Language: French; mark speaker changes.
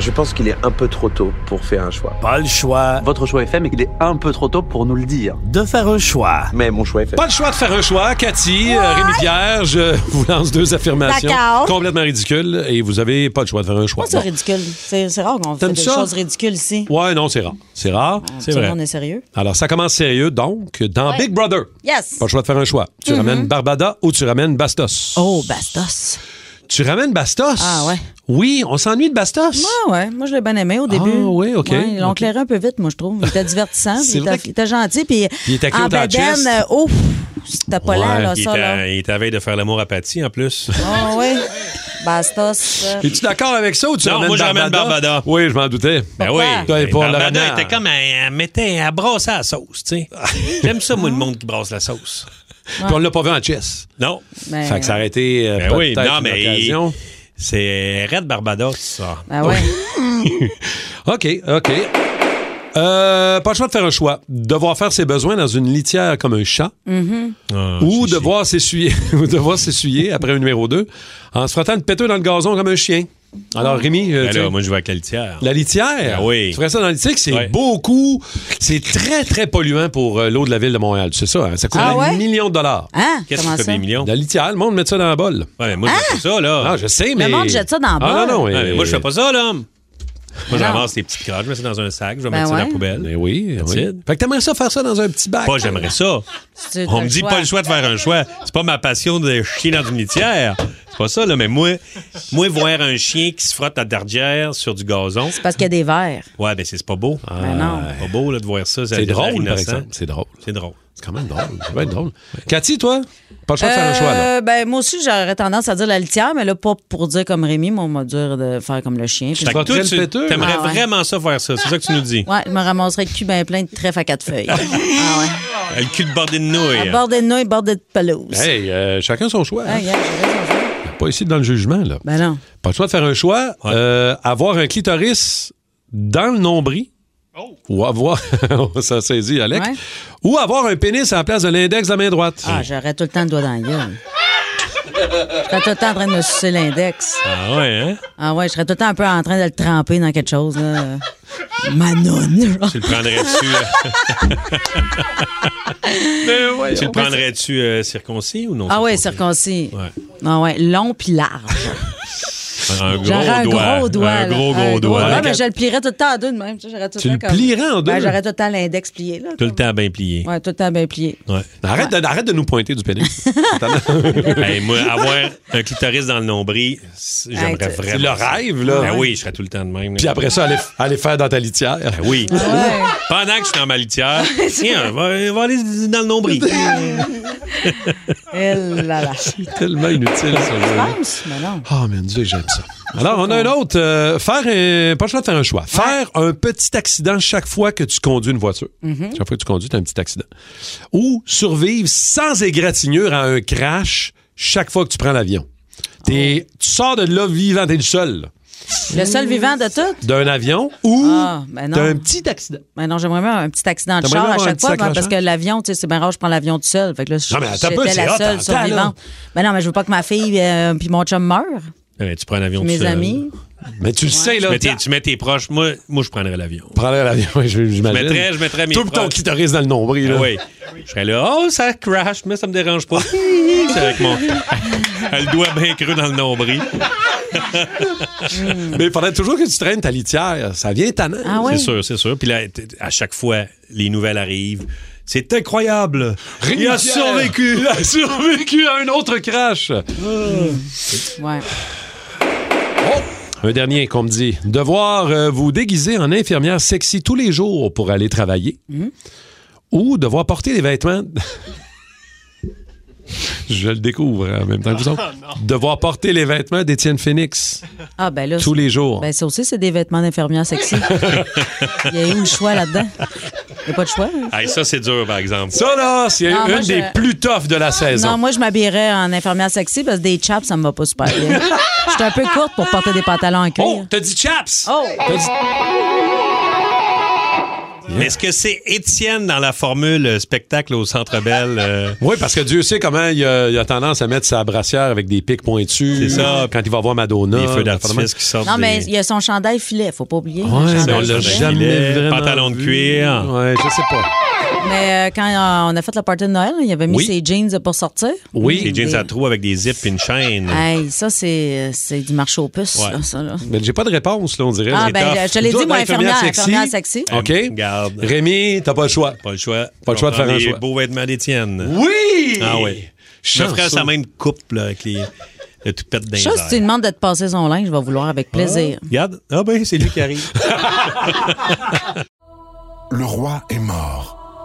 Speaker 1: Je pense qu'il est un peu trop tôt pour faire un choix.
Speaker 2: Pas le choix
Speaker 1: Votre choix est fait, mais il est un peu trop tôt pour nous le dire.
Speaker 2: de faire un choix.
Speaker 1: Mais mon choix est fait.
Speaker 3: Pas le choix de faire un choix. Cathy, euh, Rémi Pierre, je vous lance deux affirmations
Speaker 4: D'accord.
Speaker 3: complètement ridicules et vous avez pas le choix de faire un choix.
Speaker 4: Pourquoi c'est
Speaker 3: Bon.
Speaker 4: ridicule? C'est c'est rare qu'on fait
Speaker 3: T'aimes
Speaker 4: des
Speaker 3: ça?
Speaker 4: choses ridicules ici.
Speaker 3: Ouais, non, c'est rare. C'est rare, c'est
Speaker 4: Ah, Tout le
Speaker 3: vrai.
Speaker 4: monde est sérieux.
Speaker 3: Alors, ça commence sérieux, donc, dans Big Brother.
Speaker 4: Yes! Mm-hmm.
Speaker 3: Pas le choix de faire un choix. Tu ramènes Barbada ou tu ramènes Bastos?
Speaker 4: Oh, bastos.
Speaker 3: Tu ramènes Bastos?
Speaker 4: Ah, ouais.
Speaker 3: Oui, on s'ennuie de Bastos.
Speaker 4: Ah ouais, moi je l'ai bien aimé au début.
Speaker 3: oui, ok,
Speaker 4: Ouais, ils l'ont
Speaker 3: ok.
Speaker 4: éclairé un peu vite, moi je trouve. Il était divertissant, puis
Speaker 3: C'est
Speaker 4: il
Speaker 3: vrai
Speaker 4: était,
Speaker 3: que-
Speaker 4: il était gentil, puis
Speaker 3: Il était cute
Speaker 4: en
Speaker 3: à la chest.
Speaker 4: bedaine, euh, oh, c'était pas là, là,
Speaker 5: il,
Speaker 4: ça,
Speaker 5: était,
Speaker 4: là.
Speaker 5: il était à veille de faire l'amour à Patty, hein. en plus.
Speaker 4: Ah ouais, bastos. euh,
Speaker 3: Es-tu d'accord avec ça ou tu
Speaker 5: Non,
Speaker 3: ramènes
Speaker 5: moi, je ramène Barbada.
Speaker 3: Oui, je m'en doutais.
Speaker 5: Ben
Speaker 4: Pourquoi?
Speaker 5: oui.
Speaker 3: Toi, pour le
Speaker 5: Barbada
Speaker 3: renard.
Speaker 5: était comme elle, elle mettait, elle brassait la sauce, tu sais. J'aime ça, moi, le monde qui brasse la sauce.
Speaker 3: Puis on l'a pas vu en chess.
Speaker 5: Non.
Speaker 4: Ben,
Speaker 3: Fait que ça a été euh,
Speaker 5: Ben
Speaker 3: peut-être
Speaker 5: oui, non,
Speaker 3: une
Speaker 5: mais-
Speaker 3: occasion.
Speaker 5: C'est Red Barbados, ça.
Speaker 4: ben ouais.
Speaker 3: OK, OK. Euh, pas le choix de faire un choix. Devoir faire ses besoins dans une litière comme un chat
Speaker 4: Mm-hmm.
Speaker 5: Ah,
Speaker 3: ou,
Speaker 5: chichi.
Speaker 3: devoir s'essuyer, ou devoir s'essuyer après un numéro 2 en se frottant le péteux dans le gazon comme un chien.
Speaker 4: Oh.
Speaker 3: Alors, Rémi, euh,
Speaker 5: Ben
Speaker 3: tu-
Speaker 5: là, moi, je vais avec la litière.
Speaker 3: la litière,
Speaker 5: Ben oui.
Speaker 3: tu ferais ça dans la litière, que c'est
Speaker 5: Ouais.
Speaker 3: beaucoup, c'est très, très polluant pour euh, l'eau de la ville de Montréal. Tu sais ça, hein? ça coûte
Speaker 4: Ah
Speaker 3: un
Speaker 4: ouais?
Speaker 3: million de dollars.
Speaker 4: Hein?
Speaker 5: Qu'est-ce
Speaker 4: Comment
Speaker 5: que
Speaker 4: ça?
Speaker 5: t'as des millions?
Speaker 3: La litière, le monde met ça dans la bol.
Speaker 5: Ouais, mais moi, je fais ça, là.
Speaker 3: Ah, je sais, mais.
Speaker 4: monde jette ça dans le
Speaker 3: Ah,
Speaker 4: bol.
Speaker 3: non, non.
Speaker 5: Ouais,
Speaker 3: euh,
Speaker 5: mais moi, je fais pas ça, là. Moi, je
Speaker 4: Non.
Speaker 5: ramasse les petites crottes, je mets ça dans un sac, je vais
Speaker 4: Ben
Speaker 5: mettre ça dans la
Speaker 4: ouais.
Speaker 3: Mais
Speaker 5: poubelle.
Speaker 3: oui, oui.
Speaker 5: it.
Speaker 3: Fait que t'aimerais ça faire ça dans un petit bac.
Speaker 5: Pas, j'aimerais ça.
Speaker 4: Tu- t'as
Speaker 5: On me dit
Speaker 4: choix.
Speaker 5: pas le choix de faire un choix. C'est pas ma passion de chier dans une litière. C'est pas ça, là. Mais moi, moi voir un chien qui se frotte à derrière sur du gazon,
Speaker 4: Parce qu'il y a des verres.
Speaker 5: ouais, ben c'est c'est pas beau.
Speaker 4: Ben non.
Speaker 5: C'est pas beau, là, de voir ça. ça a
Speaker 3: C'est
Speaker 5: l'air
Speaker 3: drôle, par
Speaker 5: innocent.
Speaker 3: exemple. C'est drôle.
Speaker 5: C'est drôle.
Speaker 3: C'est quand même drôle. Ça va être drôle. Cathy, toi, pas le choix de faire un choix, là.
Speaker 4: Euh, ben, moi aussi, j'aurais tendance à dire la litière, mais là, pas pour dire comme Rémi, mais on m'a dire de faire comme le chien. puis-
Speaker 5: Fait que
Speaker 3: frotterais
Speaker 5: toi,
Speaker 3: le
Speaker 5: tu
Speaker 3: péteux.
Speaker 5: t'aimerais
Speaker 4: Ah ouais.
Speaker 5: vraiment ça faire ça. C'est ça que tu nous dis.
Speaker 4: Ouais, je me ramasserais le cul bien plein de trèfles à quatre feuilles. ah ouais.
Speaker 5: Le cul de bordée de nouilles.
Speaker 4: À bord des noix, bord de pelouse.
Speaker 3: Hey, euh, chacun son choix.
Speaker 4: Ah,
Speaker 3: hein.
Speaker 4: regarde, j'ai raison, j'ai raison.
Speaker 3: Pas ici dans le jugement, là.
Speaker 4: Ben non.
Speaker 3: Pas le choix de faire un choix.
Speaker 5: Ouais.
Speaker 3: euh, avoir un clitoris dans le nombril. Ou avoir, ça saisit Alex.
Speaker 4: Ouais.
Speaker 3: Ou avoir un pénis à la place de l'index de la main droite.
Speaker 4: Ah, j'aurais tout le temps le doigt dans la gueule. Je serais tout le temps en train de me sucer l'index.
Speaker 5: Ah ouais, hein?
Speaker 4: Ah ouais, je serais tout le temps un peu en train de le tremper dans quelque chose, là. Manon, genre.
Speaker 5: Tu le prendrais-tu.
Speaker 4: Ben,
Speaker 5: euh? tu le prendrais-tu euh, circoncis ou non?
Speaker 4: Ah ouais,
Speaker 5: circoncis?
Speaker 4: circoncis.
Speaker 5: Ouais.
Speaker 4: Ah ouais, long puis large.
Speaker 5: Un gros
Speaker 4: J'aurais un
Speaker 5: doigt.
Speaker 4: gros doigt. là.
Speaker 5: Un gros,
Speaker 4: Un
Speaker 5: gros doigt.
Speaker 4: mais je le plierais tout le temps en deux de même. Tu sais, j'aurais tout
Speaker 3: Tu le
Speaker 4: temps comme-
Speaker 3: plierais en deux?
Speaker 4: Ben, j'aurais tout le temps l'index plié, là.
Speaker 5: Tout le temps bien plié.
Speaker 4: Ouais, tout le temps bien plié.
Speaker 5: Ouais.
Speaker 3: Arrête, de, arrête de nous pointer du pénis.
Speaker 5: Hey, moi, avoir un clitoris dans le nombril, c'est- j'aimerais
Speaker 4: Hey, tu-
Speaker 3: C'est
Speaker 5: vraiment.
Speaker 3: le
Speaker 5: ça.
Speaker 3: rêve, là.
Speaker 4: hein?
Speaker 5: Ben oui, je serais tout le temps de même. là.
Speaker 3: Puis après ça, aller, aller faire dans ta litière.
Speaker 5: Ben oui.
Speaker 4: Ah, Ouais.
Speaker 5: Pendant que je suis dans ma litière, tiens, on va, on va aller dans le nombril.
Speaker 4: Eh là là.
Speaker 3: Tellement inutile, ça. là.
Speaker 4: Pense, mais non.
Speaker 3: Ah, mon Dieu, j'aime ça. Alors, on a un autre. euh, faire un, pas le choix de faire un choix. Faire un petit accident chaque fois que tu conduis une voiture.
Speaker 5: Mm-hmm.
Speaker 3: Chaque fois que tu conduis, tu as un petit accident. Ou survivre sans égratignure à un crash chaque fois que tu prends l'avion. T'es-
Speaker 5: Oh.
Speaker 3: Tu sors de là vivant, t'es le seul là,
Speaker 4: Le seul vivant de tout?
Speaker 3: d'un avion ou
Speaker 4: Ah, ben non.
Speaker 3: t'as un petit accident.
Speaker 4: Mais non, j'aimerais bien un petit accident de
Speaker 3: T'aimerais
Speaker 4: char
Speaker 3: bien
Speaker 4: à
Speaker 3: avoir un
Speaker 4: chaque
Speaker 3: petit
Speaker 4: fois,
Speaker 3: accident de
Speaker 4: parce que l'avion, tu sais, c'est bien rare, je prends l'avion tout seul. Fait que là,
Speaker 3: Non, mais attends un peu,
Speaker 4: j'étais
Speaker 3: c'est hot,
Speaker 4: la seule
Speaker 3: attends, là.
Speaker 4: survivante. Ben non, mais je veux pas que ma fille euh, puis mon chum meure,
Speaker 5: Ouais, Eh ben, tu prends un avion
Speaker 4: mes
Speaker 5: tout seul.
Speaker 4: amis.
Speaker 3: Mais tu le sais,
Speaker 5: Tu
Speaker 3: là.
Speaker 5: mets, tes,
Speaker 3: t'as-
Speaker 5: tu mets tes proches. Moi, moi je prendrais l'avion.
Speaker 3: prends l'avion, je-
Speaker 5: Je
Speaker 3: j'imagine.
Speaker 5: mettrais, je mettrais mes
Speaker 3: Toi, pis ton
Speaker 5: proches.
Speaker 3: clitoris dans le nombril.
Speaker 5: Ah
Speaker 3: là.
Speaker 5: oui. Je serais là, oh, ça crash, mais ça me dérange pas. C'est avec mon. Elle doigt bien creux dans le nombril.
Speaker 3: Mais il faudrait toujours que tu traînes ta litière. Ça vient tannant.
Speaker 4: Ah ouais?
Speaker 5: C'est sûr, c'est sûr. Puis là, t- à chaque fois, les nouvelles arrivent. C'est incroyable. Il a
Speaker 3: Pierre.
Speaker 5: survécu.
Speaker 3: Il a survécu à un autre crash.
Speaker 4: Ouais.
Speaker 3: Un dernier qu'on me dit. Devoir euh, vous déguiser en infirmière sexy tous les jours
Speaker 5: Mhm.
Speaker 3: pour aller travailler. Ou devoir porter des vêtements. Je le découvre hein, en même temps que vous
Speaker 5: Ah,
Speaker 3: autres. Devoir porter les vêtements d'Étienne Phoenix
Speaker 4: Ah, ben là.
Speaker 3: tous les jours.
Speaker 4: Ben, ça aussi, c'est des vêtements d'infirmière sexy. Il y a eu le choix là-dedans. Il n'y a pas de choix. hein?
Speaker 5: Hey, ça, c'est dur, par exemple.
Speaker 3: ça, là, c'est
Speaker 4: Non,
Speaker 3: une
Speaker 4: moi,
Speaker 3: des
Speaker 4: je- Ah,
Speaker 3: plus toughs de la saison.
Speaker 4: Non, moi, je m'habillerais en infirmière sexy parce que des chaps, ça me va pas super bien. Je suis un peu courte pour porter des pantalons en cuir.
Speaker 3: oh, t'as dit chaps!
Speaker 4: Oh!
Speaker 3: T'as dit-
Speaker 5: Mais Est-ce que c'est Étienne dans la formule euh, spectacle au Centre Bell? euh,
Speaker 3: Oui, parce que Dieu sait comment il a, il a tendance à mettre sa brassière avec des pics pointus.
Speaker 5: C'est ça.
Speaker 3: Quand il va voir Madonna.
Speaker 5: les feux
Speaker 3: apparemment.
Speaker 5: d'artifice qui sortent.
Speaker 4: Non, mais
Speaker 5: des-
Speaker 4: il y a son chandail filet, faut pas oublier.
Speaker 3: Ouais,
Speaker 4: Le
Speaker 3: mais on
Speaker 4: chandail
Speaker 3: l'a
Speaker 4: filet.
Speaker 3: jamais
Speaker 5: Gilet,
Speaker 3: vraiment
Speaker 5: pantalon de
Speaker 3: vu.
Speaker 5: cuir.
Speaker 3: Ouais, je sais pas.
Speaker 4: Mais euh, quand euh, on a fait le party de Noël, il avait mis
Speaker 3: Oui.
Speaker 4: ses jeans pour sortir.
Speaker 3: Oui.
Speaker 5: Les jeans
Speaker 4: mais-
Speaker 5: à trous avec des zips et une chaîne.
Speaker 4: Hey, ça, c'est euh, c'est du marché aux puces,
Speaker 5: Ouais.
Speaker 4: là, ça. Là.
Speaker 3: Mais j'ai pas de réponse, là, on dirait.
Speaker 4: Ah,
Speaker 3: C'est
Speaker 4: ben,
Speaker 3: tough.
Speaker 4: je te l'ai
Speaker 3: Toi,
Speaker 4: dit, moi,
Speaker 3: t'es
Speaker 4: infirmière, infirmière sexy.
Speaker 3: OK.
Speaker 5: Euh, garde.
Speaker 3: Rémi, t'as pas le choix.
Speaker 5: Pas le choix.
Speaker 3: Pas le choix de faire un
Speaker 5: Les
Speaker 3: choix.
Speaker 5: beaux vêtements d'Étienne.
Speaker 3: Oui!
Speaker 5: Ah oui. Je ferais sa même coupe là, avec les, le tout pète d'un
Speaker 4: Chose, si tu lui demandes de te passer son linge, je vais vouloir avec plaisir.
Speaker 5: Regarde. Ah ben, c'est lui qui arrive.
Speaker 6: Le roi est mort,